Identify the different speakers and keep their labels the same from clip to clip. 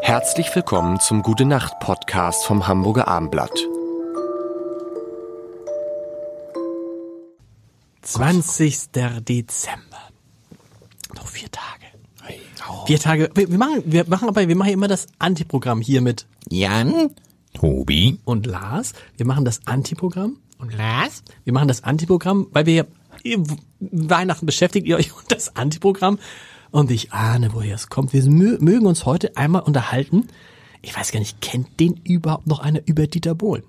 Speaker 1: Herzlich willkommen zum Gute Nacht Podcast vom Hamburger Armblatt.
Speaker 2: 20. Dezember. Noch vier Tage. Vier Tage. Wir, wir machen, wir machen aber, wir machen immer das Antiprogramm hier mit
Speaker 3: Jan, Tobi,
Speaker 2: und Lars. Wir machen das Antiprogramm.
Speaker 3: und Lars.
Speaker 2: Wir machen das Antiprogramm, weil wir ihr- Weihnachten beschäftigt ihr euch und das Antiprogramm. Und ich ahne, woher es kommt. Wir mö- mögen uns heute einmal unterhalten. Ich weiß gar nicht, kennt den überhaupt noch einer über Dieter Bohlen?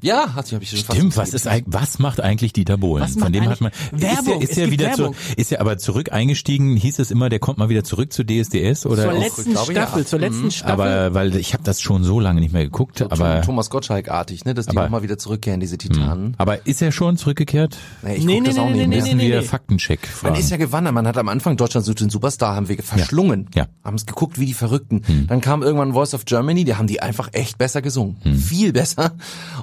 Speaker 4: Ja, hat sich hab ich schon
Speaker 3: Tim,
Speaker 4: fast
Speaker 3: was ist eigentlich, was macht eigentlich Dieter Bohlen?
Speaker 2: Was
Speaker 3: Von
Speaker 2: macht
Speaker 3: dem hat man,
Speaker 2: eigentlich- Werbung,
Speaker 3: ist
Speaker 2: es
Speaker 3: ja, ist ja
Speaker 2: gibt
Speaker 3: wieder zu,
Speaker 2: Werbung.
Speaker 3: ist ja aber zurück eingestiegen, hieß es immer, der kommt mal wieder zurück zu DSDS
Speaker 2: Zur
Speaker 3: oder? auch-
Speaker 2: letzten
Speaker 4: glaube, ja.
Speaker 2: Staffel, zur letzten Staffel.
Speaker 3: Mhm. aber, weil ich habe das schon so lange nicht mehr geguckt, aber,
Speaker 4: Thomas Gottschalk-artig, ne, dass die
Speaker 3: Aber- Hm.
Speaker 4: auch mal wieder zurückkehren, diese Titanen.
Speaker 3: aber ist er schon zurückgekehrt?
Speaker 4: Nee, ich
Speaker 2: Nee,
Speaker 4: guck
Speaker 2: nee,
Speaker 4: das
Speaker 2: nee,
Speaker 4: auch
Speaker 2: nee,
Speaker 4: nicht.
Speaker 2: nee,
Speaker 4: mehr.
Speaker 3: Müssen wir Faktencheck
Speaker 4: Man
Speaker 3: fragen.
Speaker 4: ist ja gewandert. Man hat am Anfang Deutschland sucht den Superstar, haben wir verschlungen.
Speaker 3: Ja. Hm.
Speaker 4: Haben es geguckt wie die Verrückten. Dann kam irgendwann Voice of Germany, die haben die einfach echt besser gesungen.
Speaker 3: Hm.
Speaker 4: Viel besser.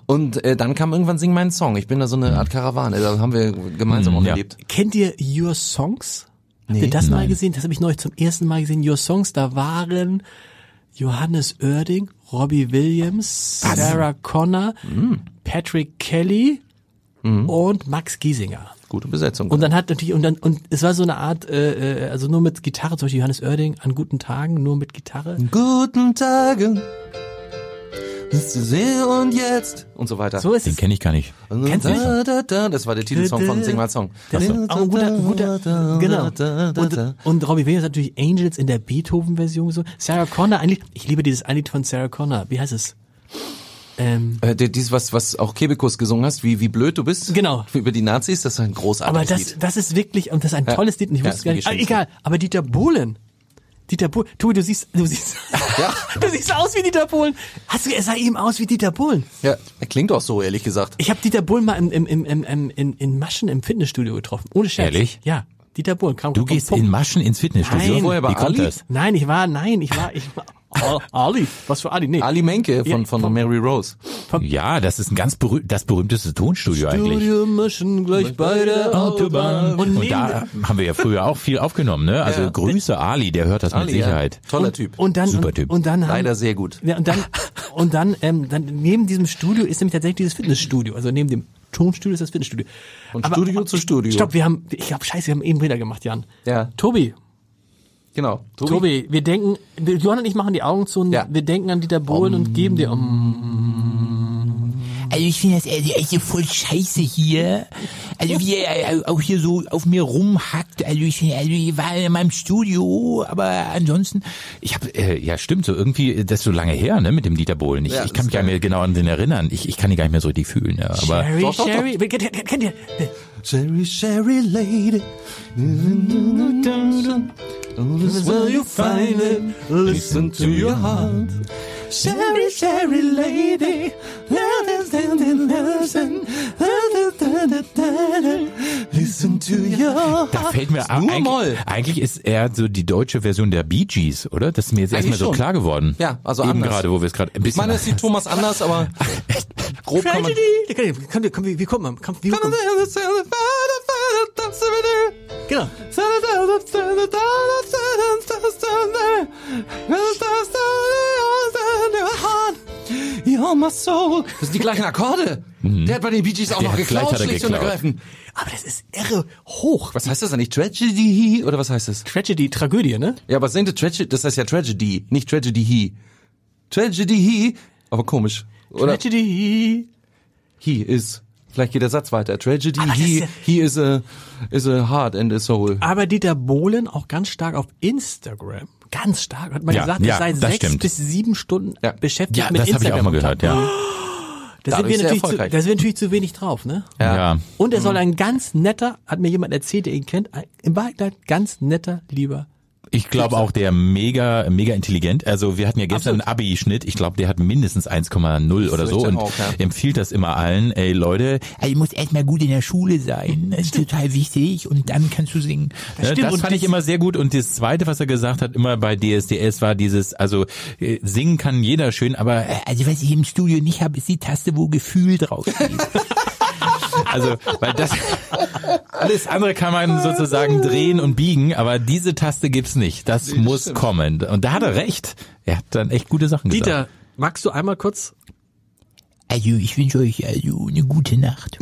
Speaker 4: Und äh, dann kam irgendwann Sing meinen Song. Ich bin da so eine Art Karawane. Da haben wir gemeinsam auch
Speaker 3: Hm. ja.
Speaker 4: erlebt.
Speaker 2: Kennt ihr Your Songs? Habt ihr das mal gesehen? Das habe ich neulich zum ersten Mal gesehen. Your Songs, da waren Johannes Oerding, Robbie Williams, Sarah Connor,
Speaker 3: Mm.
Speaker 2: Patrick Kelly und Max Giesinger.
Speaker 4: Gute Besetzung.
Speaker 2: Und dann hat natürlich, und dann, und es war so eine Art, äh, äh, also nur mit Gitarre, zum Beispiel Johannes Oerding an guten Tagen, nur mit Gitarre.
Speaker 4: Guten Tage. Bist du sehr und jetzt. Und so weiter.
Speaker 2: So ist
Speaker 3: Den
Speaker 2: es.
Speaker 3: kenne ich gar nicht.
Speaker 2: Kennst du nicht?
Speaker 4: da, da, da, das war der Titelsong von Sing My Song.
Speaker 2: Das ist auch ein guter, guter, genau. Und, und Robbie Williams hat natürlich Angels in der Beethoven-Version gesungen. Sarah Connor, ein Lied, ich liebe dieses ein Lied von Sarah Connor. Wie heißt es? Ähm,
Speaker 4: Äh, die- dies, was, was auch Kebekus gesungen hast, wie, wie blöd du bist.
Speaker 2: Genau.
Speaker 4: Über die Nazis, das ist ein großartiges
Speaker 2: aber das,
Speaker 4: Lied.
Speaker 2: das ist wirklich, und das ist ein tolles Lied, und ich
Speaker 4: Ja,
Speaker 2: wusste
Speaker 4: ist
Speaker 2: gar
Speaker 4: mir
Speaker 2: nicht, ah,
Speaker 4: geschenkt.
Speaker 2: egal, aber Dieter Bohlen. Dieter Bohlen, Tobi, du siehst, du siehst,
Speaker 4: Ja.
Speaker 2: du siehst aus wie Dieter Bohlen. Hast du, er sah eben aus wie Dieter Bohlen.
Speaker 4: Ja, er klingt auch so, ehrlich gesagt.
Speaker 2: Ich habe Dieter Bohlen mal im, im, im, im, im, in, in Maschen im Fitnessstudio getroffen. Ohne Scherz.
Speaker 3: Ehrlich?
Speaker 2: Ja. Dieter Bohlen kam
Speaker 3: Du gehst in Maschen ins Fitnessstudio.
Speaker 2: Nein. Vorher
Speaker 4: bei
Speaker 3: Wie kommt
Speaker 4: Ali?
Speaker 3: das?
Speaker 2: Nein, ich war, nein, ich war, ich war. Oh, Ali, was für Ali? Nee.
Speaker 4: Ali Menke von,
Speaker 2: Ja,
Speaker 4: von
Speaker 2: vom-
Speaker 4: Mary Rose.
Speaker 3: Ja, das ist ein ganz berüh das berühmteste Tonstudio eigentlich.
Speaker 2: Studio Maschen gleich bei der Autobahn.
Speaker 3: Und,
Speaker 2: neben-
Speaker 3: da haben wir ja früher auch viel aufgenommen, ne? Also
Speaker 4: Ja.
Speaker 3: Grüße Ali, der hört das
Speaker 4: Ali,
Speaker 3: mit Sicherheit.
Speaker 4: Ja. Toller Typ.
Speaker 2: und dann,
Speaker 3: Super
Speaker 2: und,
Speaker 3: Typ.
Speaker 2: und dann haben,
Speaker 4: Leider sehr gut.
Speaker 2: ja, und dann, und dann, ähm, dann neben diesem Studio ist nämlich tatsächlich dieses Fitnessstudio. Also neben dem Tonstudio ist das Fitnessstudio.
Speaker 4: Von Studio zu Studio.
Speaker 2: Stopp, wir haben, ich glaube, scheiße, wir haben eben Bilder gemacht, Jan.
Speaker 4: Ja.
Speaker 2: Tobi,
Speaker 4: Genau. Tobi.
Speaker 2: Tobi, wir denken, wir- Johann und ich machen die Augen zu und
Speaker 4: Ja.
Speaker 2: wir denken an Dieter Bohlen und geben dir um.
Speaker 3: Also ich finde das also echt so voll scheiße hier. Also wie er äh, auch hier so auf mir rumhackt. Also ich, finde, also ich war in meinem Studio, aber ansonsten, ich habe äh, ja stimmt so irgendwie äh, das ist so lange her, ne, mit dem Dieter Bohlen. Ich,
Speaker 4: Ja,
Speaker 3: ich
Speaker 4: das
Speaker 3: kann mich gar
Speaker 4: ist
Speaker 3: nicht mehr genau an den erinnern. Ich, ich kann ihn gar nicht mehr so richtig fühlen. Ja, aber
Speaker 2: Sherry,
Speaker 4: doch, doch, doch.
Speaker 2: Sherry, kennt ihr, kennt ihr,
Speaker 4: Sherry, Sherry Lady. Will you find it? Listen to your heart. Sherry, Sherry Lady. Listen to your
Speaker 3: da fällt mir ab,
Speaker 4: Nur Moll.
Speaker 3: eigentlich, eigentlich ist er so die deutsche Version der Bee Gees, oder? Das ist mir jetzt
Speaker 4: Eigentlich
Speaker 3: erstmal so
Speaker 4: schon.
Speaker 3: klar geworden.
Speaker 4: Ja, also
Speaker 3: eben
Speaker 4: anders.
Speaker 3: gerade, wo wir es gerade ein
Speaker 4: Ich
Speaker 3: bisschen
Speaker 4: meine, es sieht Thomas anders, aber grob kann man...
Speaker 2: Tragedy. Komm, wir- komm, wir- wir kommen, mal, komm, wir kommen. Genau.
Speaker 4: Das sind die gleichen Akkorde. Mhm. Der hat bei den Bee Gees auch
Speaker 3: Der
Speaker 4: noch
Speaker 3: hat gleich
Speaker 4: geklaut,
Speaker 3: hat er
Speaker 4: schlicht und
Speaker 3: geklaut.
Speaker 4: ergreifend.
Speaker 2: Aber das ist irre hoch.
Speaker 4: Was heißt das eigentlich? Tragedy oder was heißt das?
Speaker 2: Tragedy, Tragödie, ne?
Speaker 4: Ja, aber sind Tragedy, das heißt ja Tragedy, nicht Tragedy he. Tragedy he, aber komisch. Oder
Speaker 2: Tragedy.
Speaker 4: he is. Vielleicht geht der Satz weiter. Tragedy
Speaker 2: Aber das ist
Speaker 4: he,
Speaker 2: ja-
Speaker 4: he is a is a heart and a soul.
Speaker 2: Aber Dieter Bohlen auch ganz stark auf Instagram. Ganz stark. Hat man
Speaker 3: Ja,
Speaker 2: gesagt,
Speaker 3: ja,
Speaker 2: er sei
Speaker 3: das
Speaker 2: sechs
Speaker 3: stimmt.
Speaker 2: bis sieben Stunden
Speaker 4: Ja.
Speaker 2: beschäftigt
Speaker 3: ja,
Speaker 2: mit
Speaker 3: das habe ich
Speaker 2: Instagram.
Speaker 3: auch mal gehört, ja.
Speaker 2: Da sind, wir
Speaker 4: Dadurch sehr
Speaker 2: natürlich zu, da
Speaker 4: erfolgreich.
Speaker 2: sind wir natürlich zu wenig drauf, ne?
Speaker 3: ja. ja.
Speaker 2: Und er
Speaker 3: Mhm.
Speaker 2: soll ein ganz netter, hat mir jemand erzählt, der ihn kennt, ein, in Wahrheit ganz netter, lieber.
Speaker 3: Ich glaube auch, der mega, mega intelligent. Also wir hatten ja gestern einen Abi-Schnitt. Ich glaube, der hat mindestens 1,0 oder so
Speaker 4: fürchte
Speaker 3: und
Speaker 4: auch, ja.
Speaker 3: empfiehlt das immer allen. Ey Leute, ey, du musst erstmal gut in der Schule sein. Das ist total wichtig und dann kannst du singen. Das,
Speaker 2: stimmt.
Speaker 3: das
Speaker 2: Und
Speaker 3: fand ich
Speaker 2: das-
Speaker 3: immer sehr gut. Und das Zweite, was er gesagt hat, immer bei DSDS war dieses, also äh, singen kann jeder schön, aber äh, also was ich im Studio nicht habe, ist die Taste, wo Gefühl drauf ist. Also, weil das alles andere kann man sozusagen drehen und biegen, aber diese Taste gibt's nicht. Das muss kommen. Und da hat er recht. Er hat dann echt gute Sachen gesagt.
Speaker 2: Dieter, magst du einmal kurz
Speaker 5: Also ich wünsche euch also eine gute Nacht.